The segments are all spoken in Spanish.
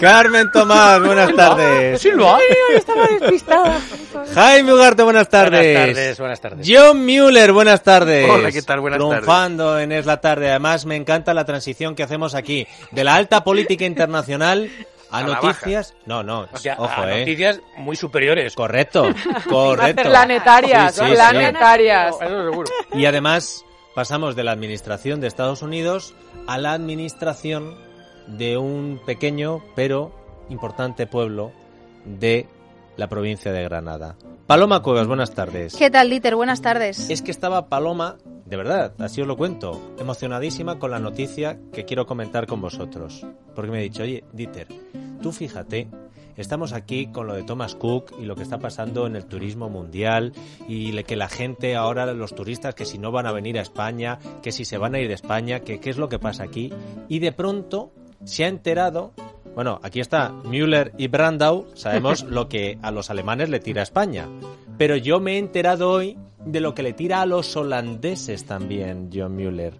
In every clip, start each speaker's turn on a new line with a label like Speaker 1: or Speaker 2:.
Speaker 1: Carmen Tomás, buenas
Speaker 2: Eh,
Speaker 1: tardes.
Speaker 3: Sí lo hay.
Speaker 4: Ay, estaba despistada.
Speaker 1: Jaime Ugarte, buenas tardes.
Speaker 3: Buenas tardes, buenas tardes.
Speaker 1: John Mueller, buenas tardes.
Speaker 5: Hola, ¿qué tal? Buenas tardes.
Speaker 1: Triunfando en Es la Tarde. Además, me encanta la transición que hacemos aquí de la alta política internacional a,
Speaker 5: A la
Speaker 1: noticias. No, no,
Speaker 3: O sea,
Speaker 1: ojo,
Speaker 3: a
Speaker 1: eh.
Speaker 3: noticias muy superiores.
Speaker 1: Correcto, correcto.
Speaker 4: Planetarias,
Speaker 1: Sí, sí, sí.
Speaker 4: planetarias.
Speaker 3: Eso seguro.
Speaker 1: Y además, pasamos de la administración de Estados Unidos a la administración de un pequeño pero importante pueblo de la provincia de Granada. Paloma Cuevas, buenas tardes.
Speaker 2: ¿Qué tal, Dieter? Buenas tardes.
Speaker 1: Es que estaba Paloma, de verdad, así os lo cuento, emocionadísima con la noticia que quiero comentar con vosotros. Porque me ha dicho, oye, Dieter, tú fíjate, estamos aquí con lo de Thomas Cook y lo que está pasando en el turismo mundial y le- que la gente ahora, los turistas, que si no van a venir a España, que si se van a ir de España, que qué es lo que pasa aquí. Y de pronto se ha enterado... Bueno, aquí está Müller y Brandau, sabemos lo que a los alemanes le tira a España. Pero yo me he enterado hoy de lo que le tira a los holandeses también, John Mueller.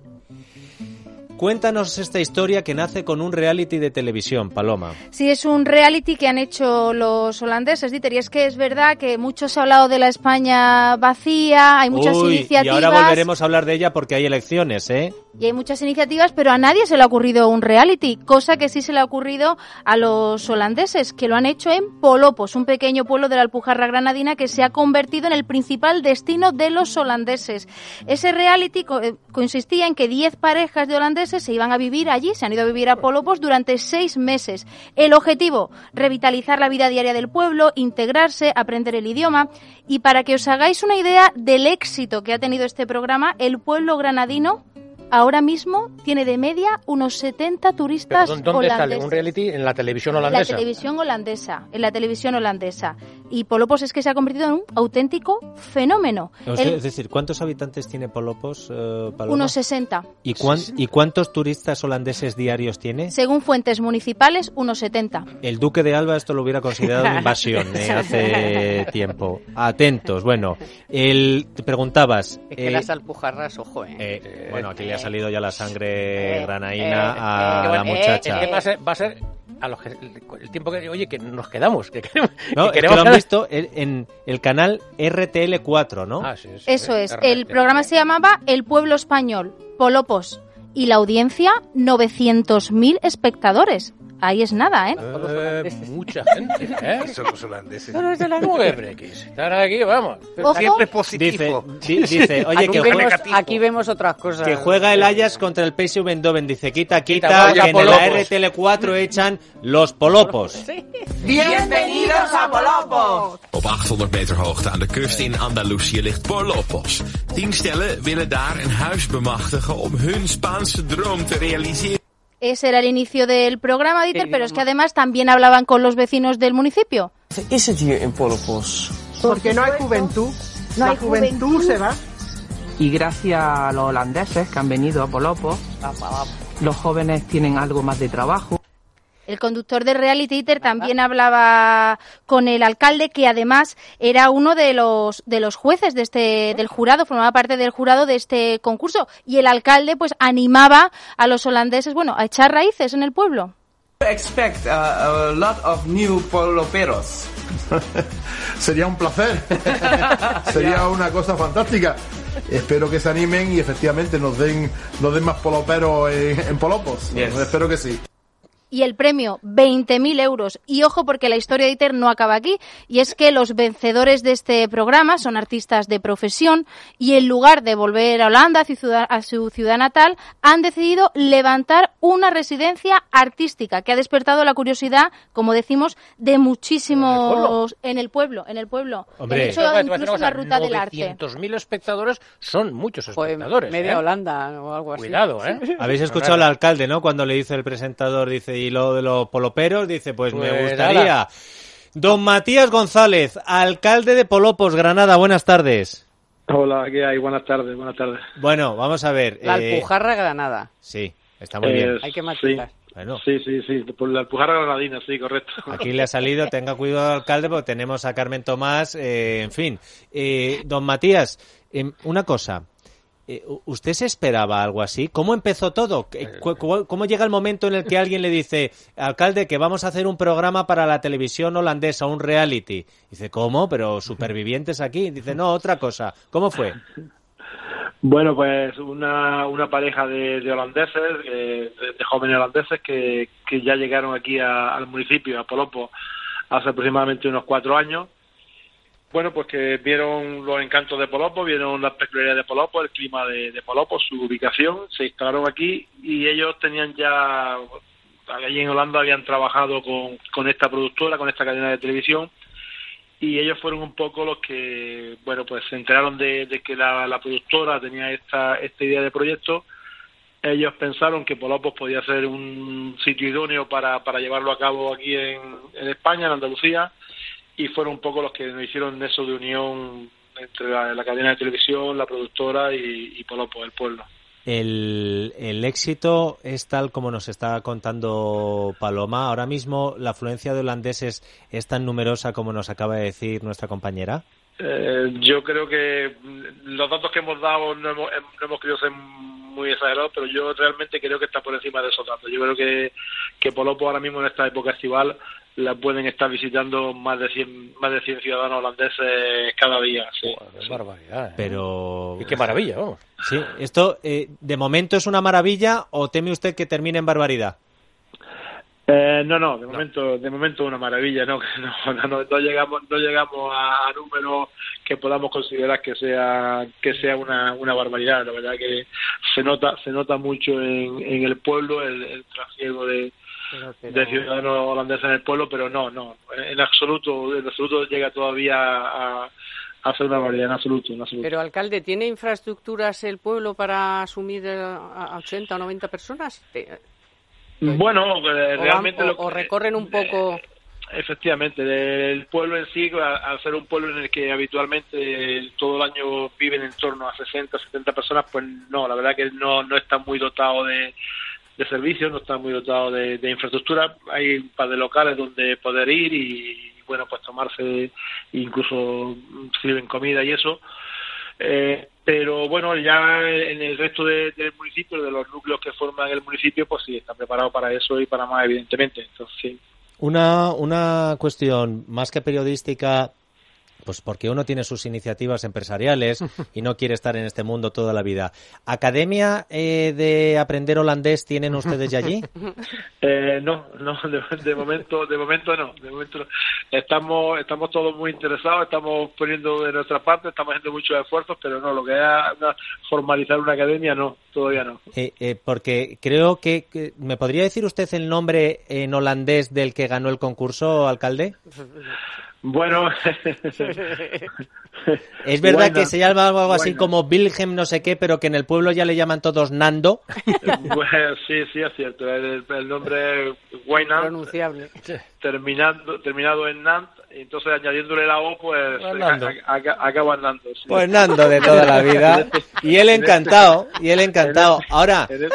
Speaker 1: Cuéntanos esta historia que nace con un reality de televisión, Paloma.
Speaker 2: Sí, es un reality que han hecho los holandeses, Dieter, y es que es verdad que muchos ha hablado de la España vacía, hay muchas
Speaker 1: Uy,
Speaker 2: iniciativas
Speaker 1: Y ahora volveremos a hablar de ella porque hay elecciones, ¿eh?
Speaker 2: y hay muchas iniciativas, pero a nadie se le ha ocurrido un reality, cosa que sí se le ha ocurrido a los holandeses, que lo han hecho en Polopos, un pequeño pueblo de la Alpujarra Granadina que se ha convertido en el principal destino de los holandeses. Ese reality co- eh, consistía en que 10 parejas de holandeses se iban a vivir allí, se han ido a vivir a Polopos durante seis meses. El objetivo, revitalizar la vida diaria del pueblo, integrarse, aprender el idioma y para que os hagáis una idea del éxito que ha tenido este programa, el pueblo granadino ahora mismo tiene de media unos 70
Speaker 3: Pero,
Speaker 2: turistas
Speaker 3: ¿dó- ¿Dónde sale
Speaker 2: holandeses.
Speaker 3: un reality en la televisión
Speaker 2: En la
Speaker 3: holandesa?
Speaker 2: televisión holandesa, en la televisión holandesa. Y Polopos es que se ha convertido en un auténtico fenómeno.
Speaker 1: Es,
Speaker 2: El-
Speaker 1: es decir, ¿cuántos habitantes tiene Polopos, eh, Paloma?
Speaker 2: unos 60.
Speaker 1: ¿Y, cuán- ¿Y cuántos turistas holandeses diarios tiene?
Speaker 2: Según fuentes municipales, unos 70.
Speaker 1: El duque de Alba esto lo hubiera considerado una invasión eh, hace tiempo. Atentos, bueno. El, te preguntabas...
Speaker 6: Es que
Speaker 1: eh,
Speaker 6: las alpujarras, ojo, eh.
Speaker 1: Eh,
Speaker 3: Eh,
Speaker 1: bueno, aquí le ha salido ya la sangre
Speaker 6: eh,
Speaker 1: granaína
Speaker 6: eh,
Speaker 1: a
Speaker 6: eh,
Speaker 1: la
Speaker 6: bueno, eh,
Speaker 1: muchacha.
Speaker 3: Es que va a ser, va a ser a los que, el tiempo que, oye, que nos quedamos, que queremos,
Speaker 1: no,
Speaker 3: eh, que
Speaker 1: es que
Speaker 3: queremos
Speaker 1: lo han visto en, en el canal RTL4, ¿no?
Speaker 3: Ah, sí, sí,
Speaker 2: Eso
Speaker 3: eh,
Speaker 2: es.
Speaker 3: de
Speaker 2: El
Speaker 3: repente.
Speaker 2: programa se llamaba El Pueblo Español, Polopos. Y la audiencia, 900.000 espectadores. Ahí es nada, ¿eh?
Speaker 3: Eh, mucha gente, ¿eh?
Speaker 5: Son los holandeses.
Speaker 3: ¿Cómo que brequis? Están aquí, vamos.
Speaker 2: Ojo,
Speaker 5: Siempre
Speaker 1: dice,
Speaker 5: positivo.
Speaker 1: di- dice,
Speaker 3: Ah,
Speaker 1: oye,
Speaker 6: aquí,
Speaker 1: que,
Speaker 6: vemos,
Speaker 1: juega,
Speaker 5: negativo.
Speaker 6: aquí vemos otras cosas.
Speaker 1: que juega el Ajax contra el PSV Eindhoven. Dice, quita,
Speaker 3: Quita,
Speaker 1: quita,
Speaker 3: vaya
Speaker 1: que en la
Speaker 3: polopos.
Speaker 1: RTL4 echan los polopos.
Speaker 6: ¡Bienvenidos a Polopos!
Speaker 7: Op 800 meter hoogte aan de kust in Andalusië ligt Polopos. Tien stellen willen daar een huis bemachtigen om hun Spaanse droom te realiseren.
Speaker 2: Ese era el inicio del programa, Dieter,
Speaker 6: Sí,
Speaker 2: pero
Speaker 6: digamos.
Speaker 2: es que además también hablaban con los vecinos del municipio.
Speaker 8: Is het hier in Polopos?
Speaker 9: Porque no hay juventud. la juventud, se va.
Speaker 8: Y gracias a los holandeses que han venido a Polopos, los jóvenes tienen algo más de trabajo.
Speaker 2: El conductor de Reality Dieter también hablaba con el alcalde, que además era uno de los, de los jueces de este, del jurado, formaba parte del jurado de este concurso. Y el alcalde, pues, animaba a los holandeses, bueno, a echar raíces en el pueblo.
Speaker 8: Expect a, lot of new poloperos.
Speaker 10: Sería un placer. Sería una cosa fantástica. Espero que se animen y efectivamente nos den, nos den más poloperos eh, en, en polopos. Espero que sí.
Speaker 2: Y el premio, 20.000 euros. Y ojo porque la historia de ITER no acaba aquí. Y es que los vencedores de este programa son artistas de profesión y en lugar de volver a Holanda, a su ciudad, a su ciudad natal, han decidido levantar una residencia artística que ha despertado la curiosidad, como decimos, de muchísimos... En el pueblo, en el pueblo.
Speaker 1: Hombre.
Speaker 2: han hecho
Speaker 3: Pero, te voy a decir
Speaker 2: incluso
Speaker 3: cosa,
Speaker 2: una ruta del arte.
Speaker 3: 900.000 espectadores son muchos
Speaker 6: Pues
Speaker 3: espectadores.
Speaker 6: media
Speaker 3: ¿eh?
Speaker 6: Holanda o algo así.
Speaker 3: Cuidado, ¿eh?
Speaker 1: Habéis escuchado al alcalde, ¿no? Cuando le dice el presentador, dice, y lo de los poloperos, dice, pues, me
Speaker 3: Pues,
Speaker 1: gustaría.
Speaker 3: ala.
Speaker 1: Don Matías González, alcalde de Polopos, Granada, buenas tardes.
Speaker 9: Hola, ¿qué hay? Buenas tardes, buenas tardes.
Speaker 1: Bueno, vamos a ver.
Speaker 6: La
Speaker 1: eh,
Speaker 6: alpujarra granada.
Speaker 1: sí, está muy bien.
Speaker 9: Eh,
Speaker 6: Hay que
Speaker 9: sí,
Speaker 6: matizar.
Speaker 1: Bueno,
Speaker 9: sí, sí, sí, por la Alpujarra Granadina, sí, correcto.
Speaker 1: aquí le ha salido, tenga cuidado alcalde, porque tenemos a Carmen Tomás, eh, en fin. Eh, don Matías, em, una cosa. eh, u- ¿usted se esperaba algo así? ¿Cómo empezó todo?
Speaker 9: Eh,
Speaker 1: ¿Qué- cu- cu- ¿Cómo llega el momento en el que alguien le dice, alcalde, que vamos a hacer un programa para la televisión holandesa, un reality? Dice, ¿cómo? Pero supervivientes aquí. Dice, no, otra cosa. ¿Cómo fue?
Speaker 5: Bueno, pues una, una pareja de, de holandeses, eh, de, de jóvenes holandeses que, que ya llegaron aquí a- al municipio, a Polopo, hace aproximadamente unos cuatro años. Bueno, pues que vieron los encantos de Polopo, vieron las peculiaridades de Polopo, el clima de, de Polopo, su ubicación, se instalaron aquí y ellos tenían ya, allí en Holanda habían trabajado con, con esta productora, con esta cadena de televisión y ellos fueron un poco los que, bueno, pues se enteraron de, de que la, la productora tenía esta, esta idea de proyecto. Ellos pensaron que Polopos podía ser un sitio idóneo para, para llevarlo a cabo aquí en, en España, en Andalucía, y fueron un poco los que nos hicieron eso de unión entre la, la cadena de televisión, la productora y, y Polopos, el pueblo.
Speaker 1: El, el éxito es tal como nos está contando Paloma. Ahora mismo la afluencia de holandeses es tan numerosa como nos acaba de decir nuestra compañera.
Speaker 5: Eh, yo creo que mm, los datos que hemos dado no hemos, em- no hemos querido ser muy exagerados, pero yo realmente creo que está por encima de esos datos. Yo creo que, que Polopo ahora mismo en esta época estival la pueden estar visitando más de 100, más de 100 ciudadanos holandeses cada día. sí. Sí.
Speaker 1: Pero...
Speaker 3: ¿eh? Y qué maravilla, vamos.
Speaker 1: Sí, esto eh, de momento es una maravilla o teme usted que termine en barbaridad.
Speaker 5: Eh, no, no, de momento, de momento una maravilla, no, no, no, no, no llegamos, no llegamos a, a números que podamos considerar que sea, que sea una, una barbaridad. La verdad que se nota, se nota mucho en, en el pueblo el, el trasiego de, de ciudadanos holandeses en el pueblo, pero no, no, en absoluto, en absoluto llega todavía a, a ser una barbaridad, en absoluto, en absoluto.
Speaker 6: Pero, alcalde, ¿tiene infraestructuras el pueblo para asumir eh, a 80 o 90 personas? Te-
Speaker 5: Bueno,
Speaker 6: o
Speaker 5: eh,
Speaker 6: van-
Speaker 5: realmente
Speaker 6: o-
Speaker 5: lo que- eh,
Speaker 6: o recorren un poco...
Speaker 5: Efectivamente, el pueblo en sí, a- al ser un pueblo en el que habitualmente eh, todo el año viven en torno a 60, 70 personas, pues no, la verdad que no, no está muy dotado de, de servicios, no está muy dotado de, de infraestructura. Hay un par de locales donde poder ir y, bueno, pues tomarse, incluso mm, sirven comida y eso. Eh, pero bueno, ya en el resto de- del municipio, de los núcleos que forman el municipio, pues sí, están preparados para eso y para más, evidentemente. Entonces, sí.
Speaker 1: Una, una cuestión más que periodística, pues porque uno tiene sus iniciativas empresariales y no quiere estar en este mundo toda la vida. ¿Academia eh, de aprender holandés tienen ustedes ya allí?
Speaker 5: Eh, no, no, de, de momento, de momento no, de momento no. Estamos, estamos todos muy interesados, estamos poniendo de nuestra parte, estamos haciendo muchos esfuerzos, pero no, lo que es una- formalizar una academia, no, todavía no.
Speaker 1: Eh, eh, porque creo que, que- ¿Me podría decir usted el nombre en holandés del que ganó el concurso, alcalde?
Speaker 5: Bueno,
Speaker 1: ¿Es verdad
Speaker 5: Bueno,
Speaker 1: que se llama algo así
Speaker 5: bueno.
Speaker 1: como Wilhelm no sé qué, pero que en el pueblo ya le llaman todos Nando?
Speaker 5: bueno, sí, sí, es cierto, el, el nombre es Wainant,
Speaker 6: Pronunciable.
Speaker 5: terminando, terminado en Nant, y entonces añadiéndole la O, pues
Speaker 1: Hernando.
Speaker 5: a- a- acaba en Nando. sí.
Speaker 1: Pues Nando de toda la vida. Y él encantado, y él encantado. Ahora,
Speaker 5: En el-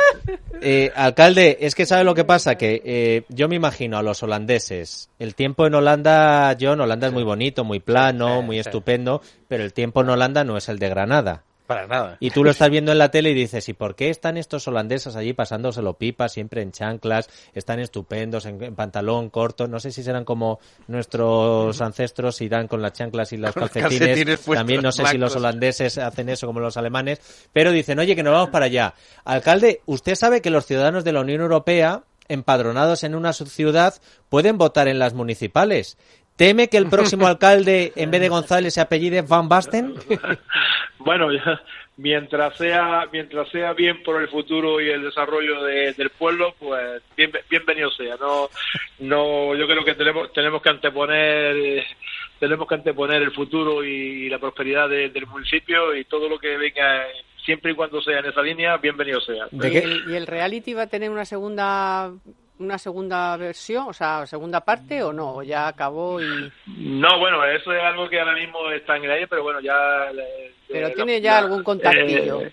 Speaker 1: eh, alcalde, es que sabe lo que pasa, que eh, yo me imagino a los holandeses. El tiempo en Holanda, John, Holanda es muy bonito, muy plano, muy estupendo, pero el tiempo en Holanda no es el de Granada.
Speaker 3: Para nada.
Speaker 1: Y tú lo estás viendo en la tele y dices, ¿y por qué están estos holandeses allí pasándoselo pipa, siempre en chanclas, están estupendos, en, en pantalón corto? No sé si serán como nuestros ancestros, irán con las chanclas y los
Speaker 11: Con los
Speaker 1: calcetines.
Speaker 11: calcetines puestos
Speaker 1: También no sé si
Speaker 11: blancos.
Speaker 1: los holandeses hacen eso como los alemanes, pero dicen, oye, que nos vamos para allá. Alcalde, usted sabe que los ciudadanos de la Unión Europea, empadronados en una ciudad, pueden votar en las municipales. ¿Teme que el próximo alcalde, en vez de González, se apellide Van Basten?
Speaker 5: Bueno, ya, mientras sea mientras sea bien por el futuro y el desarrollo de- del pueblo, pues bien- bienvenido sea. No, no, yo creo que tenemos tenemos que anteponer eh, tenemos que anteponer el futuro y, la prosperidad de- del municipio y todo lo que venga, eh, siempre y cuando sea en esa línea, bienvenido sea.
Speaker 1: ¿De
Speaker 6: ¿Y
Speaker 1: qué?
Speaker 6: el, y el reality va a tener una segunda una segunda versión, o sea, segunda parte o no? ¿O ya acabó y
Speaker 5: No, bueno, eso es algo que ahora mismo está en el aire, pero bueno, ya. eh,
Speaker 6: pero
Speaker 5: eh,
Speaker 6: tiene
Speaker 5: la-
Speaker 6: ya
Speaker 5: la-
Speaker 6: algún contactillo?
Speaker 5: eh,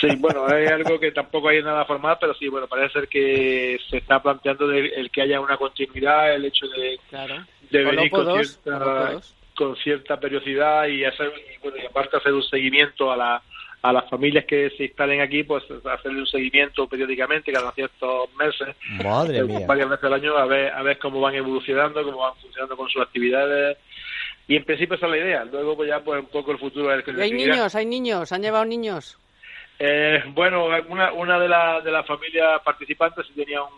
Speaker 5: Sí, bueno, hay algo que tampoco hay nada formal, pero sí, bueno, parece ser que se está planteando de- el que haya una continuidad, el hecho de,
Speaker 6: claro.
Speaker 5: de venir
Speaker 6: Polopo
Speaker 5: con
Speaker 6: dos,
Speaker 5: cierta,
Speaker 6: Polopo dos.
Speaker 5: con cierta periodicidad y, hacer, y, bueno, y aparte hacer un seguimiento a la, a las familias que se instalen aquí, pues hacerle un seguimiento periódicamente cada ciertos meses,
Speaker 1: Madre
Speaker 5: eh,
Speaker 1: mía.
Speaker 5: varias veces al año, a ver, a ver cómo van evolucionando, cómo van funcionando con sus actividades. Y en principio esa es la idea. Luego, pues ya, pues un poco el futuro es el que
Speaker 6: Y hay
Speaker 5: decidirá.
Speaker 6: niños, hay niños, han llevado niños.
Speaker 5: Eh, bueno, una, una de, la, de las familias participantes sí tenía un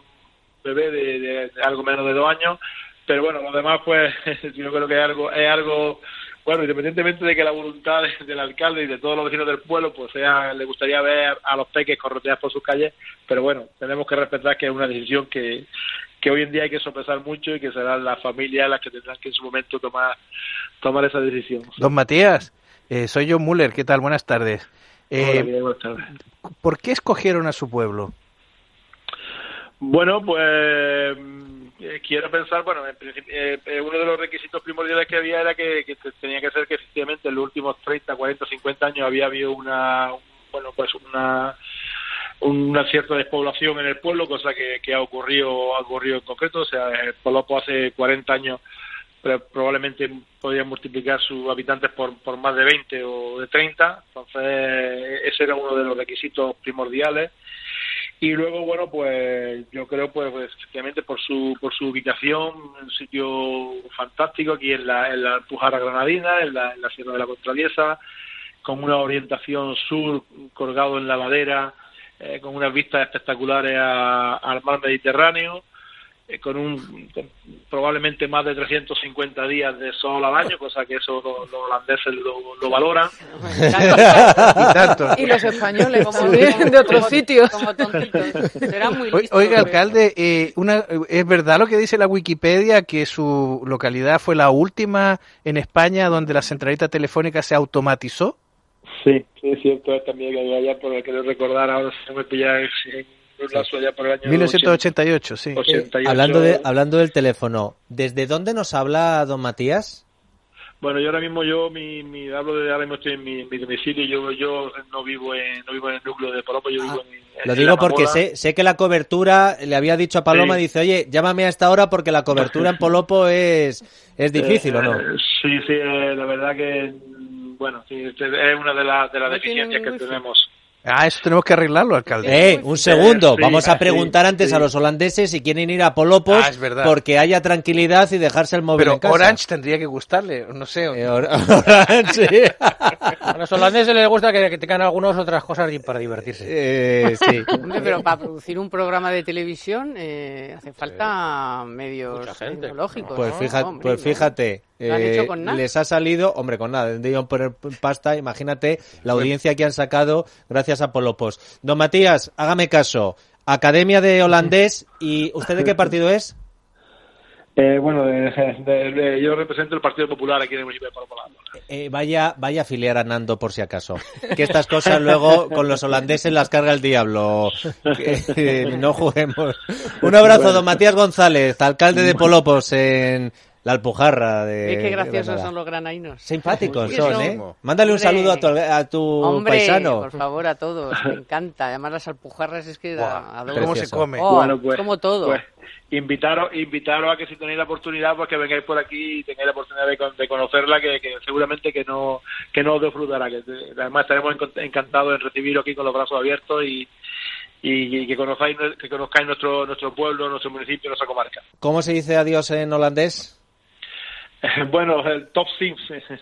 Speaker 5: bebé de, de- de algo menos de dos años, pero bueno, los demás, pues yo creo que es algo, es algo bueno, independientemente de que la voluntad de- del alcalde y de todos los vecinos del pueblo, pues sea, le gustaría ver a los peques corretear por sus calles, pero bueno, tenemos que respetar que es una decisión que, que hoy en día hay que sopesar mucho y que serán las familias las que tendrán que en su momento tomar, tomar esa decisión.
Speaker 11: Don Matías, eh, soy John Muller. ¿Qué tal? Buenas tardes. Eh,
Speaker 5: Hola, Miguel, buenas tardes.
Speaker 11: ¿Por qué escogieron a su pueblo?
Speaker 5: Bueno, pues mm, eh, quiero pensar, bueno, en principio, eh, eh, uno de los requisitos primordiales que había era que, que te- tenía que ser que efectivamente en los últimos 30, 40, 50 años había habido una, un- bueno, pues una una cierta despoblación en el pueblo, cosa que, que ha ocurrido ha ocurrido en concreto, o sea, eh, el Polopo hace 40 años pre- probablemente podía multiplicar sus habitantes por, por más de 20 o de 30, entonces ese era uno de los requisitos primordiales y luego bueno pues yo creo pues, pues, efectivamente por su por su ubicación un sitio fantástico aquí en la en la Alpujarra Granadina en la, en la Sierra de la Contraviesa con una orientación sur colgado en la ladera eh, con unas vistas espectaculares a- al mar Mediterráneo eh, con un con probablemente más de 350 días de sol al año cosa que eso lo- los holandeses lo, lo valoran
Speaker 11: Y tanto.
Speaker 6: Y los españoles, como
Speaker 11: Sí.
Speaker 6: vienen de otros
Speaker 11: Como-
Speaker 6: sitios. Como tontitos. Será muy
Speaker 11: O- Oiga, alcalde, eh, una, ¿es verdad lo que dice la Wikipedia que su localidad fue la última en España donde la centralita telefónica se automatizó?
Speaker 5: Sí, sí, es cierto, es también que allá por el que recordar ahora se me pilla en un lazo allá por el año
Speaker 11: 1988, sí.
Speaker 5: 88.
Speaker 1: Hablando, de, hablando del teléfono, ¿desde dónde nos habla don Matías?
Speaker 5: Bueno, yo ahora mismo yo mi, mi hablo de ahora mismo estoy en mi, mi domicilio, yo yo no vivo en no vivo en el núcleo de Palopo, yo vivo en, en
Speaker 1: Ah, Lo
Speaker 5: la
Speaker 1: digo porque
Speaker 5: Mamola.
Speaker 1: sé, sé que la cobertura, le había dicho a Paloma,
Speaker 5: Sí.
Speaker 1: dice, oye, llámame a esta hora porque la cobertura en Polopo es, es difícil, ¿o no?
Speaker 5: Eh, Sí, sí, eh, la verdad que mm, bueno, sí, este es una de las de las deficiencias que tenemos.
Speaker 11: Ah, eso tenemos que arreglarlo, alcalde.
Speaker 1: Eh, un segundo,
Speaker 11: Eh, sí,
Speaker 1: vamos a
Speaker 11: sí,
Speaker 1: preguntar antes
Speaker 11: sí.
Speaker 1: a los holandeses si quieren ir a Polopos
Speaker 11: Ah, es verdad.
Speaker 1: porque haya tranquilidad y dejarse el móvil en
Speaker 11: Pero
Speaker 1: casa. Eh,
Speaker 11: Orange tendría que gustarle, no sé.
Speaker 1: Or- Orange, sí.
Speaker 3: A los holandeses les gusta que, que tengan algunas otras cosas di- para divertirse.
Speaker 1: Eh, sí.
Speaker 6: Hombre, pero para producir un programa de televisión eh, hace falta medios tecnológicos.
Speaker 1: Pues
Speaker 6: ¿no?
Speaker 1: fíjate,
Speaker 6: Hombre,
Speaker 1: pues
Speaker 6: ¿no?
Speaker 1: fíjate
Speaker 6: ¿Lo han hecho
Speaker 1: eh,
Speaker 6: con nada?
Speaker 1: les ha salido, hombre, con nada, tendrían que poner pasta, imagínate la audiencia que han sacado gracias a Polopos. Don Matías, hágame caso, Academia de Holandés, ¿y usted de qué partido es?
Speaker 5: Eh, bueno, de- de- de- yo represento el Partido Popular aquí en el municipio de Palopo.
Speaker 1: Eh, vaya, vaya a afiliar a Nando por si acaso. Que estas cosas luego con los holandeses las carga el diablo. Que, eh, no juguemos. Un abrazo,
Speaker 3: Bueno.
Speaker 1: don Matías González, alcalde de Polopos en la Alpujarra Eh, de.
Speaker 6: Ve qué
Speaker 1: de
Speaker 6: graciosos
Speaker 1: Granada.
Speaker 6: son los granainos.
Speaker 1: Simpáticos
Speaker 6: Sí,
Speaker 1: son,
Speaker 6: son.
Speaker 1: ¿eh? Mándale un
Speaker 6: Hombre.
Speaker 1: saludo a tu, a tu
Speaker 6: Hombre,
Speaker 1: paisano.
Speaker 6: por favor, a todos. Me encanta. Además, las alpujarras es que da, adoro.
Speaker 1: ¿Cómo se come?
Speaker 6: Oh,
Speaker 5: Bueno, pues,
Speaker 6: como todo.
Speaker 5: pues, invitaros, invitaros a que si tenéis la oportunidad, pues que vengáis por aquí y tengáis la oportunidad de, con- de conocerla, que, que seguramente que no que no os defraudará. Que te- además estaremos encont- encantados en recibiros aquí con los brazos abiertos y, y- y que conozcáis que conozcáis nuestro nuestro pueblo, nuestro municipio, nuestra comarca.
Speaker 1: ¿Cómo se dice adiós en holandés?
Speaker 5: bueno, el top sims.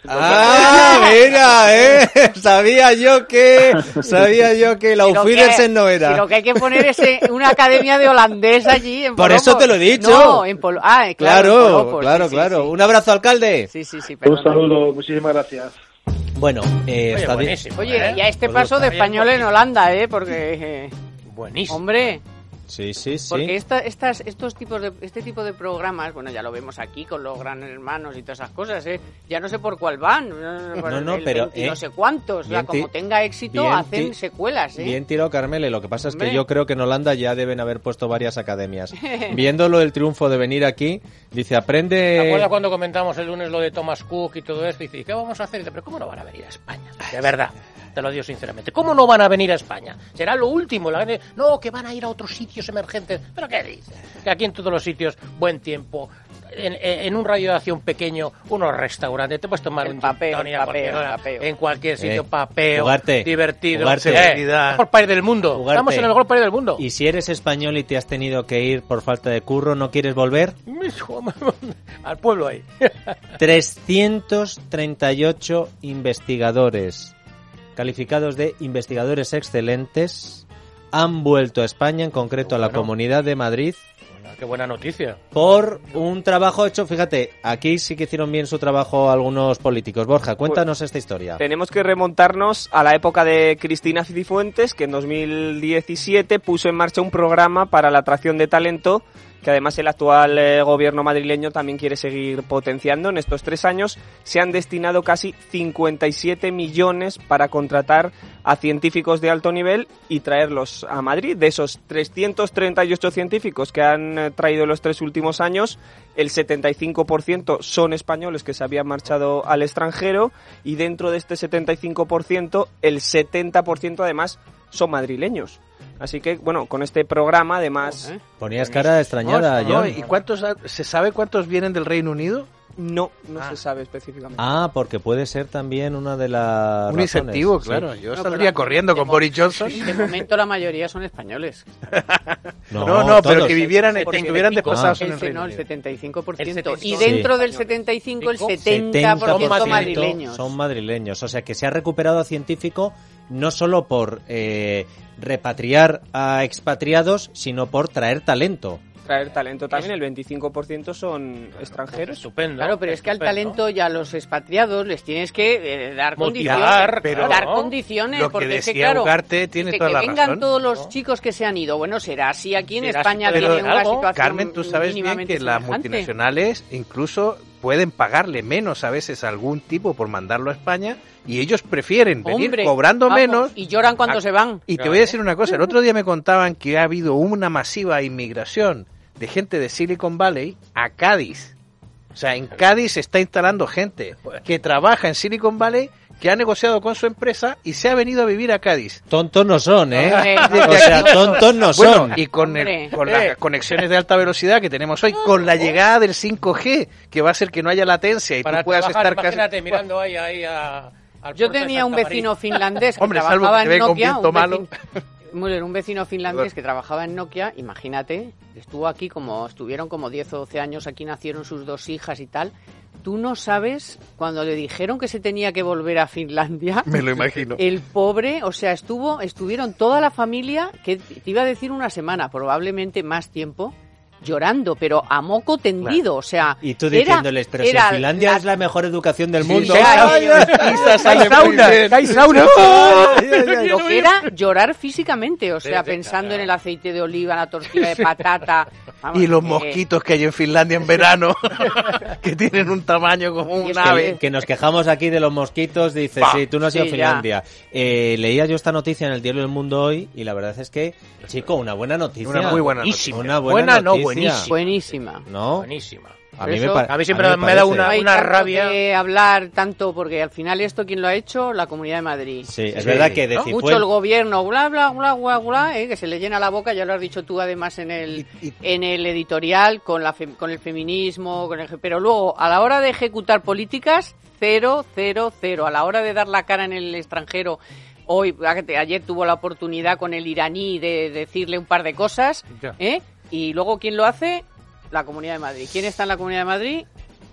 Speaker 1: ¡Ah, mira! ¿eh? Sabía yo que. Sabía yo que la
Speaker 6: Pero que-
Speaker 1: Ufidersen no era.
Speaker 6: Pero que hay que poner ese, una academia de holandés allí. En
Speaker 1: Por
Speaker 6: Polopos.
Speaker 1: eso te lo he dicho.
Speaker 6: No, en Polo. Ah, eh, claro. en
Speaker 1: Claro,
Speaker 6: Polopos,
Speaker 1: claro,
Speaker 6: sí, sí,
Speaker 1: claro.
Speaker 6: sí.
Speaker 1: Un abrazo, alcalde.
Speaker 6: Sí, sí, sí.
Speaker 5: Un saludo, muchísimas gracias.
Speaker 1: Bueno, eh,
Speaker 3: Oye,
Speaker 1: está bien.
Speaker 3: buenísimo,
Speaker 6: Oye, y a este
Speaker 1: Pues
Speaker 6: paso de
Speaker 3: está bien,
Speaker 6: español en Holanda, ¿eh? Porque. eh,
Speaker 3: Buenísimo.
Speaker 6: Hombre,
Speaker 1: Sí, sí, sí.
Speaker 6: porque esta- estas, estos tipos de, este tipo de programas, bueno, ya lo vemos aquí con los gran hermanos y todas esas cosas, ¿eh? Ya no sé por cuál van. por
Speaker 1: No, no,
Speaker 6: el
Speaker 1: pero,
Speaker 6: 20
Speaker 1: eh,
Speaker 6: no sé cuántos. O sea,
Speaker 1: bien ti-
Speaker 6: como tenga éxito,
Speaker 1: bien ti-
Speaker 6: hacen secuelas, ¿eh?
Speaker 1: Bien tirado, Carmele. Lo que pasa es que
Speaker 6: Hombre.
Speaker 1: yo creo que en Holanda ya deben haber puesto varias academias. Viéndolo el triunfo de venir aquí, dice,
Speaker 3: ¿Te acuerdas
Speaker 1: aprende...
Speaker 3: cuando comentamos el lunes lo de Thomas Cook y todo esto? Y dice, ¿y ¿qué vamos a hacer? Y dice, pero ¿cómo no van a venir a España? De verdad. Te lo digo sinceramente. ¿Cómo no van a venir a España? Será lo último. La gente, no, que van a ir a otros sitios emergentes. ¿Pero qué dices? Que aquí en todos los sitios, buen tiempo. En, en- en un radio de acción pequeño, unos restaurantes, te puedes tomar un gin tonic a cualquier hora, en cualquier sitio,
Speaker 1: Eh,
Speaker 3: papeo,
Speaker 1: jugarte,
Speaker 3: divertido,
Speaker 1: jugarte.
Speaker 3: eh,
Speaker 1: Seguridad.
Speaker 3: mejor país del mundo.
Speaker 1: Jugarte.
Speaker 3: Estamos en el mejor país del mundo.
Speaker 1: Y si eres español y te has tenido que ir por falta de curro, ¿no quieres volver?
Speaker 3: Al pueblo ahí.
Speaker 1: 338 investigadores, calificados de investigadores excelentes, han vuelto a España, en concreto a la Comunidad de Madrid,
Speaker 3: Qué buena noticia.
Speaker 1: por un trabajo hecho, fíjate, aquí sí que hicieron bien su trabajo algunos políticos.
Speaker 11: Pues,
Speaker 1: Borja, cuéntanos esta historia.
Speaker 11: eh,
Speaker 12: Tenemos que remontarnos a la época de Cristina Cifuentes, que en 2017 puso en marcha un programa para la atracción de talento, que además el actual eh, gobierno madrileño también quiere seguir potenciando. En estos tres años se han destinado casi 57 millones para contratar a científicos de alto nivel y traerlos a Madrid. De esos 338 científicos que han eh, traído en los tres últimos años, el 75% son españoles que se habían marchado al extranjero y dentro de este 75%, el 70% además son madrileños. Así que, bueno, con este programa
Speaker 3: Oh,
Speaker 12: además...
Speaker 3: ¿eh?
Speaker 1: Ponías cara extrañada,
Speaker 12: No, no,
Speaker 1: John.
Speaker 12: y-
Speaker 11: ¿Y cuántos ha- se sabe cuántos vienen del Reino Unido?
Speaker 12: No, no se sabe específicamente.
Speaker 1: Ah, porque puede ser también una de las
Speaker 11: Un
Speaker 1: razones,
Speaker 11: incentivo,
Speaker 1: sí.
Speaker 11: claro. Yo
Speaker 6: No,
Speaker 11: saldría
Speaker 6: pero-
Speaker 11: corriendo con Boris Johnson.
Speaker 6: De momento la mayoría son españoles.
Speaker 11: No, no, pero
Speaker 1: todos. Ah,
Speaker 11: que vivieran, que
Speaker 6: 75,
Speaker 11: estuvieran desplazados
Speaker 6: el
Speaker 11: en el
Speaker 6: se-
Speaker 11: Reino
Speaker 6: no, el
Speaker 11: Unido.
Speaker 6: 75%.
Speaker 11: El
Speaker 6: Y
Speaker 11: 75%.
Speaker 6: dentro del 75, el 70% madrileños.
Speaker 1: Son madrileños. O sea que se ha recuperado a científico no solo por eh, repatriar a expatriados, sino por traer talento.
Speaker 12: Traer talento también, el 25% son extranjeros.
Speaker 3: Estupendo.
Speaker 6: Claro, pero es que al talento y a los expatriados les tienes que eh, dar
Speaker 11: Motivar,
Speaker 6: condiciones.
Speaker 11: pero
Speaker 6: dar
Speaker 11: no.
Speaker 6: condiciones.
Speaker 11: Lo que
Speaker 6: porque es que,
Speaker 11: decía
Speaker 6: claro,
Speaker 11: Ugarte tiene
Speaker 6: que,
Speaker 11: toda
Speaker 6: que
Speaker 11: la
Speaker 6: vengan
Speaker 11: razón,
Speaker 6: todos los chicos que se han ido. Bueno, será así. Aquí en
Speaker 11: Pero
Speaker 6: España
Speaker 11: pero
Speaker 6: tienen una
Speaker 11: algo,
Speaker 6: situación
Speaker 11: Carmen, tú sabes bien
Speaker 6: mínimamente
Speaker 11: que las
Speaker 6: semejante.
Speaker 11: multinacionales incluso pueden pagarle menos a veces a algún tipo por mandarlo a España y ellos prefieren venir
Speaker 6: Hombre,
Speaker 11: cobrando
Speaker 6: vamos,
Speaker 11: menos.
Speaker 6: Y lloran cuando
Speaker 11: a-
Speaker 6: se van.
Speaker 11: Y te voy a decir una cosa, el otro día me contaban que ha habido una masiva inmigración de gente de Silicon Valley a Cádiz. O sea, en Cádiz se está instalando gente que trabaja en Silicon Valley, que ha negociado con su empresa y se ha venido a vivir a Cádiz.
Speaker 1: Tontos no son, ¿eh?
Speaker 11: Desde
Speaker 1: o sea,
Speaker 11: aquí.
Speaker 1: tontos no
Speaker 11: Bueno,
Speaker 1: son.
Speaker 11: Y con, el-
Speaker 1: Hombre.
Speaker 11: con las
Speaker 1: Eh.
Speaker 11: conexiones de alta velocidad que tenemos hoy, con la llegada del 5G, que va a hacer que no haya latencia y
Speaker 3: Para
Speaker 11: tú puedas
Speaker 3: trabajar,
Speaker 11: estar casi...
Speaker 3: imagínate mirando ahí, ahí a... al
Speaker 6: Yo
Speaker 3: puerto de
Speaker 6: tenía
Speaker 3: Santa
Speaker 6: un
Speaker 3: María.
Speaker 6: vecino finlandés que
Speaker 11: Hombre, salvo
Speaker 6: trabajaba
Speaker 11: que te
Speaker 6: en
Speaker 11: venga un
Speaker 6: Nokia.
Speaker 11: viento malo.
Speaker 6: vecino- muy bien, un vecino finlandés que trabajaba en Nokia, imagínate, estuvo aquí como, estuvieron como 10 o 12 años, aquí nacieron sus dos hijas y tal. Tú no sabes, cuando le dijeron que se tenía que volver a Finlandia,
Speaker 11: Me lo imagino.
Speaker 6: el pobre, o sea, estuvo, estuvieron toda la familia, que te iba a decir una semana, probablemente más tiempo, llorando, pero a moco tendido, o sea...
Speaker 1: Y tú
Speaker 6: era-
Speaker 1: diciéndoles, pero si en
Speaker 6: era
Speaker 1: Finlandia es la mejor educación del mundo.
Speaker 6: sí,
Speaker 1: Ay,
Speaker 6: sí.
Speaker 1: ay,
Speaker 6: Quizás
Speaker 1: ay,
Speaker 6: hay sauna,
Speaker 1: ay, ay, ay, ay.
Speaker 6: lo que era llorar físicamente, o sea,
Speaker 11: Sí, sí,
Speaker 6: pensando en el aceite de oliva, la tortilla de patata. vamos,
Speaker 11: Y los
Speaker 6: eh,
Speaker 11: mosquitos que hay en Finlandia en verano, que tienen un tamaño como un
Speaker 1: Que,
Speaker 11: ave.
Speaker 1: que nos quejamos aquí de los mosquitos, dices,
Speaker 11: Bah.
Speaker 1: sí, tú no has ido
Speaker 11: Sí,
Speaker 1: a Finlandia. Eh, leía yo esta noticia en el diario El Mundo hoy y la verdad es que, chico, una buena noticia.
Speaker 11: Una muy buena
Speaker 1: Buenísima.
Speaker 11: noticia.
Speaker 1: Una buena,
Speaker 11: Buena, no,
Speaker 1: noticia.
Speaker 6: Buenísima.
Speaker 1: ¿No?
Speaker 3: Buenísima.
Speaker 1: A mí,
Speaker 6: Eso-
Speaker 1: me pa-
Speaker 3: a mí siempre
Speaker 1: a
Speaker 3: me da
Speaker 1: parece.
Speaker 3: una-
Speaker 6: hay
Speaker 3: una
Speaker 6: tanto
Speaker 3: rabia.
Speaker 6: que hablar tanto porque al final esto quién lo ha hecho la Comunidad de Madrid
Speaker 1: Sí, es verdad que de
Speaker 6: ¿no?
Speaker 1: Cifuentes-
Speaker 6: mucho el gobierno bla bla bla bla bla eh, que se le llena la boca ya lo has dicho tú además en el en el editorial con la fem- con el feminismo con el ge- pero luego a la hora de ejecutar políticas cero cero cero a la hora de dar la cara en el extranjero hoy fíjate, ayer tuvo la oportunidad con el iraní de decirle un par de cosas
Speaker 1: Ya.
Speaker 6: ¿eh? y luego quién lo hace la Comunidad de Madrid quién está en la Comunidad de Madrid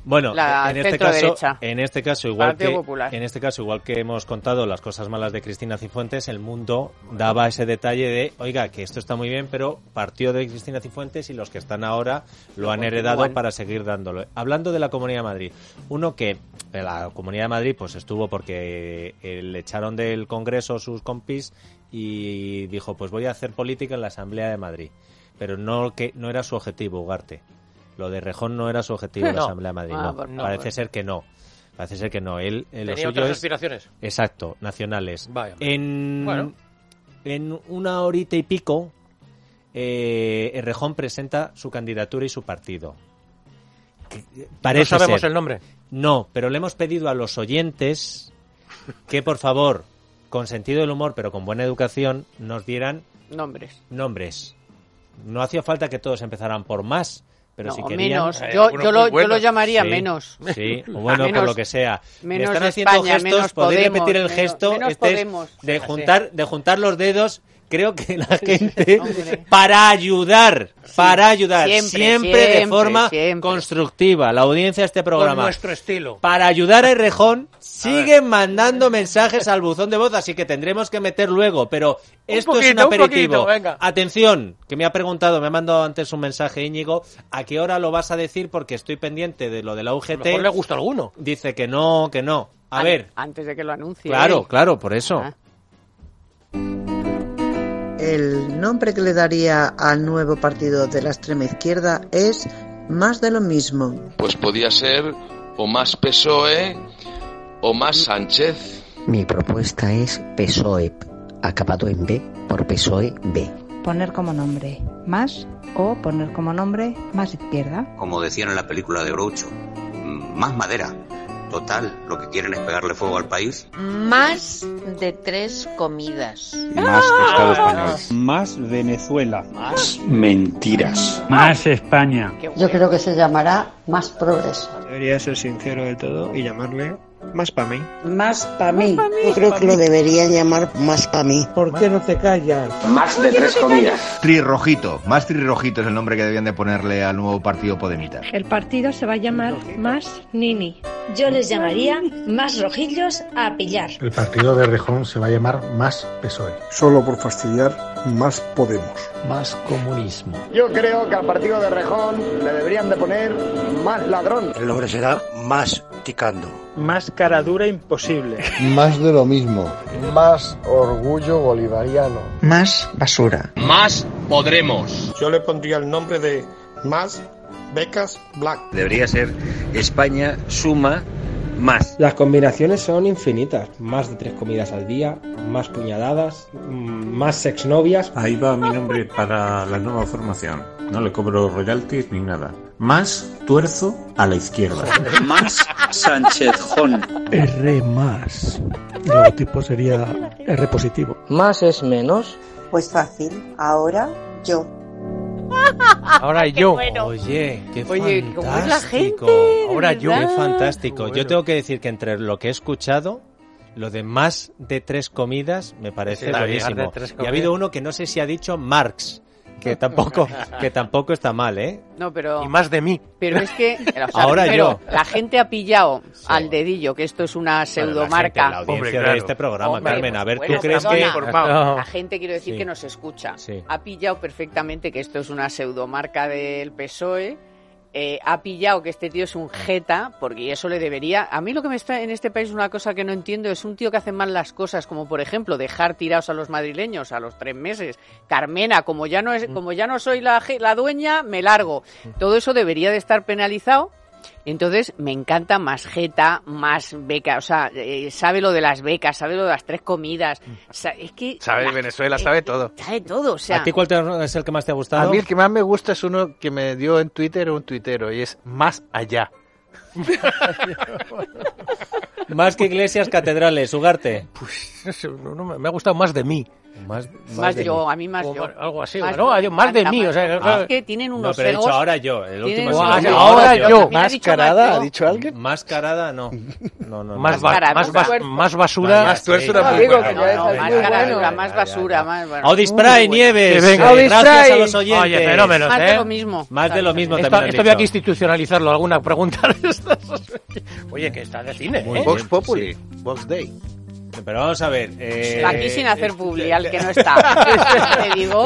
Speaker 1: Bueno,
Speaker 6: La
Speaker 1: en este caso,
Speaker 6: centro-derecha.
Speaker 1: en este caso igual
Speaker 6: Partido
Speaker 1: que
Speaker 6: Popular.
Speaker 1: en este caso igual que hemos contado las cosas malas de Cristina Cifuentes, el mundo daba ese detalle de, oiga, que esto está muy bien, pero partió de Cristina Cifuentes y los que están ahora lo han heredado
Speaker 13: continúan.
Speaker 1: para seguir dándolo. Hablando de la Comunidad de Madrid, uno que de la Comunidad de Madrid pues estuvo porque eh, le echaron del Congreso sus compis y dijo, pues voy a hacer política en la Asamblea de Madrid, pero no que no era su objetivo, Ugarte. Lo de Rejón no era su objetivo en la
Speaker 3: No.
Speaker 1: Asamblea de Madrid.
Speaker 3: Ah,
Speaker 1: no.
Speaker 3: pues no,
Speaker 1: Parece
Speaker 3: pues.
Speaker 1: ser que no. Parece ser que no. Él, eh, lo
Speaker 3: Tenía
Speaker 1: suyo
Speaker 3: otras
Speaker 1: es-
Speaker 3: aspiraciones. Eh,
Speaker 1: Exacto, nacionales.
Speaker 3: Vaya.
Speaker 1: En,
Speaker 3: Bueno.
Speaker 1: en una horita y pico, eh, Errejón presenta su candidatura y su partido. eh, Parece
Speaker 3: no sabemos
Speaker 1: ser.
Speaker 3: el nombre.
Speaker 1: No, pero le hemos pedido a los oyentes que por favor con sentido del humor, pero con buena educación, nos dieran
Speaker 6: Nombres.
Speaker 1: nombres. No hacía falta que todos empezaran por más, pero
Speaker 6: No,
Speaker 1: si
Speaker 6: o
Speaker 1: querían... pues
Speaker 6: menos. Eh, Yo- algunos yo lo- muy yo buenos. lo llamaría
Speaker 1: Sí,
Speaker 6: menos.
Speaker 1: Sí, o bueno,
Speaker 6: Menos-
Speaker 1: por lo que sea. Me
Speaker 6: menos
Speaker 1: están haciendo
Speaker 6: España,
Speaker 1: gestos,
Speaker 6: menos
Speaker 1: podéis
Speaker 6: Podemos,
Speaker 1: repetir el
Speaker 6: menos-
Speaker 1: gesto
Speaker 6: menos
Speaker 1: Este es
Speaker 6: Podemos.
Speaker 1: de
Speaker 6: Así.
Speaker 1: juntar de juntar los dedos. Creo que la gente para ayudar, para ayudar
Speaker 3: Siempre,
Speaker 1: siempre, de
Speaker 3: siempre,
Speaker 1: forma constructiva. La audiencia de este programa
Speaker 3: Con nuestro estilo.
Speaker 1: para ayudar a Rejón siguen mandando mensajes al buzón de voz, así que tendremos que meter luego, pero esto es un
Speaker 3: poquito, un
Speaker 1: aperitivo.
Speaker 3: poquito, venga.
Speaker 1: Atención, que me ha preguntado, me ha mandado antes un mensaje Íñigo, ¿a qué hora lo vas a decir? Porque estoy pendiente de lo de la UGT.
Speaker 3: mejor le gusta a alguno.
Speaker 1: Dice que no, que no. A ver,
Speaker 6: Antes de que lo anuncie.
Speaker 1: claro, claro, por eso.
Speaker 13: El nombre que le daría al nuevo partido de la extrema izquierda es más de lo mismo.
Speaker 14: Pues podía ser o más PSOE o más Sánchez.
Speaker 15: Mi propuesta es PSOE, acabado en B por
Speaker 3: E
Speaker 15: PSOE B.
Speaker 16: Poner como nombre más o poner como nombre más izquierda.
Speaker 17: Como decían en la película de Brocho, mm, más madera. Total, lo que quieren es pegarle fuego al país.
Speaker 18: Más de tres comidas.
Speaker 19: Más Estado español. Más Venezuela. Más mentiras. Más
Speaker 6: eh,
Speaker 19: España.
Speaker 20: Yo creo que se llamará Más Progreso.
Speaker 21: Debería ser sincero de todo y llamarle más para mí.
Speaker 13: Más para mí. Yo creo que lo deberían llamar más para mí. ¿Por qué no te callas?
Speaker 22: Trirrojito, más trirrojito es el nombre que debían de ponerle al nuevo partido Podemita.
Speaker 16: El partido se va a llamar Más Nini. Yo les llamaría Más Rojillos a pillar.
Speaker 23: El partido de Rejón se va a llamar Más PSOE. Solo por fastidiar, Más Podemos. Más comunismo.
Speaker 24: Yo creo que al partido de Rejón le deberían de poner más ladrón.
Speaker 23: El nombre será Más Ticando.
Speaker 21: Más cara dura imposible.
Speaker 23: Más de lo mismo. Más orgullo bolivariano.
Speaker 21: Más basura.
Speaker 14: Más podremos.
Speaker 21: Yo le pondría el nombre de más becas black.
Speaker 25: Debería ser España suma más. Las combinaciones son infinitas. Más de tres comidas al día, más puñaladas, mm, más sexnovias.
Speaker 3: Ah,
Speaker 26: Ahí va mi nombre para la nueva formación. No le cobro royalties ni nada. Más tuerzo a la izquierda.
Speaker 19: Más Sánchez Jón.
Speaker 23: R más. El logotipo sería R positivo.
Speaker 15: Más es menos.
Speaker 13: Pues fácil. Ahora yo.
Speaker 3: Ah,
Speaker 1: Ahora
Speaker 13: Qué
Speaker 1: yo.
Speaker 13: bueno.
Speaker 1: Oye, qué
Speaker 13: Oye,
Speaker 1: fantástico.
Speaker 13: ¿cómo es la gente,
Speaker 1: Ahora yo.
Speaker 13: ¿verdad?
Speaker 1: Qué fantástico. Yo tengo que decir que entre lo que he escuchado, lo de más de tres comidas me parece
Speaker 11: Sí, la de más de
Speaker 1: buenísimo.
Speaker 11: tres
Speaker 1: Y ha
Speaker 11: comidas.
Speaker 1: habido uno que no sé si ha dicho Marx, que tampoco, que tampoco está mal, ¿eh?
Speaker 6: No, pero.
Speaker 1: más de mí.
Speaker 6: Pero es que o sea,
Speaker 1: Ahora
Speaker 6: pero
Speaker 1: yo.
Speaker 6: La gente ha pillado al dedillo que esto es una pseudomarca.
Speaker 1: la audiencia de este programa,
Speaker 6: Hombre,
Speaker 1: Carmen. A ver,
Speaker 6: bueno,
Speaker 1: ¿tú crees
Speaker 6: perdona,
Speaker 1: que.?
Speaker 6: La gente, quiero decir,
Speaker 1: Sí.
Speaker 6: que nos escucha.
Speaker 1: Sí.
Speaker 6: Ha pillado perfectamente que esto es una pseudomarca del PSOE. eh, ha pillado que este tío es un jeta, porque eso le debería... A mí lo que me está en este país una cosa que no entiendo es un tío que hace mal las cosas, como por ejemplo dejar tirados a los madrileños a los tres meses. Carmena, como ya no, es,
Speaker 1: Mm.
Speaker 6: como ya no soy la, je- la dueña, me largo. Todo eso debería de estar penalizado entonces me encanta más jeta, más beca, o sea, eh, sabe lo de las becas, sabe lo de las tres comidas, sa- es que
Speaker 11: Mm. Sabe de Venezuela, sabe todo.
Speaker 6: sabe todo, o sea,
Speaker 1: ¿A ti cuál te- es el que más te ha gustado?
Speaker 11: A mí el que más me gusta es uno que me dio en Twitter un tuitero y es más allá.
Speaker 1: Más que iglesias, catedrales, Ugarte.
Speaker 3: No sé, no- no me- me ha gustado más de mí.
Speaker 1: Más,
Speaker 6: más yo, a mí más yo.
Speaker 3: algo así,
Speaker 6: Más
Speaker 3: ¿no?
Speaker 6: yo,
Speaker 3: Ay, más de
Speaker 6: encanta,
Speaker 3: mí, o sea,
Speaker 6: más yo.
Speaker 3: claro.
Speaker 6: es que tienen unos
Speaker 1: No, pero he dicho
Speaker 6: egos-
Speaker 1: ahora yo. El último
Speaker 6: tienen-
Speaker 1: es el
Speaker 6: Guau,
Speaker 1: último.
Speaker 6: ahora Ahora yo. yo. Mira, ha dicho
Speaker 11: Mascarada,
Speaker 6: más yo.
Speaker 11: ¿ha dicho alguien?
Speaker 1: Mascarada, no. No, no, no.
Speaker 3: Más, ba- más, bas- más basura.
Speaker 1: Más tuerzo era muy
Speaker 6: Digo
Speaker 1: bueno.
Speaker 6: que no,
Speaker 1: No,
Speaker 6: más
Speaker 1: venga,
Speaker 6: cara
Speaker 1: ya,
Speaker 6: dura,
Speaker 1: ya,
Speaker 6: más
Speaker 1: ya,
Speaker 6: basura, más... bueno.
Speaker 1: Audispray,
Speaker 6: Muy
Speaker 1: Nieves.
Speaker 6: bueno.
Speaker 1: eh, Gracias a los oyentes.
Speaker 3: Oye, fenómenos,
Speaker 6: Más
Speaker 3: ¿eh?
Speaker 6: de lo mismo.
Speaker 1: Más de lo mismo
Speaker 3: Esto,
Speaker 1: también.
Speaker 3: esto había que institucionalizarlo, alguna pregunta de estas. Oye, que está de cine, ¿eh?
Speaker 1: Vox Populi. Vox Day. Pero vamos a ver. eh,
Speaker 6: Aquí sin hacer publi, al que no está. Te digo,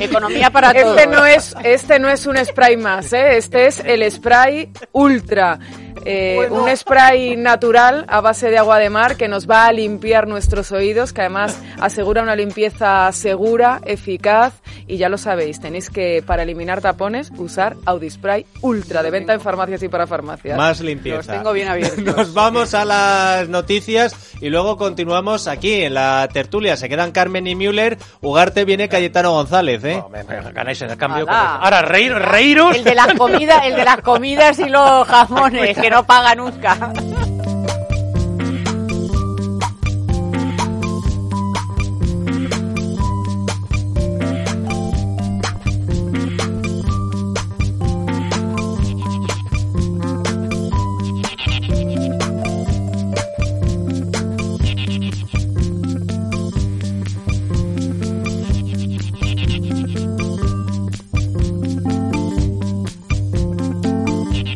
Speaker 6: economía para
Speaker 4: este
Speaker 6: todos.
Speaker 4: No es, este no es un spray más, ¿eh? este es el spray ultra. Eh, Un spray natural a base de agua de mar que nos va a limpiar nuestros oídos, que además asegura una limpieza segura, eficaz y ya lo sabéis, tenéis que para eliminar tapones usar Audispray Ultra de venta en farmacias y para farmacias.
Speaker 1: Más limpieza. Los tengo
Speaker 6: bien abiertos.
Speaker 1: Nos vamos a las noticias y luego continuamos aquí en la tertulia. Se quedan Carmen y Müller. Ugarte viene Cayetano González, ¿eh?
Speaker 3: ganáis en el cambio.
Speaker 6: Ala.
Speaker 3: Ahora, reír, reíros.
Speaker 6: El de las comidas, el de las comidas y los jamones, que no paga nunca.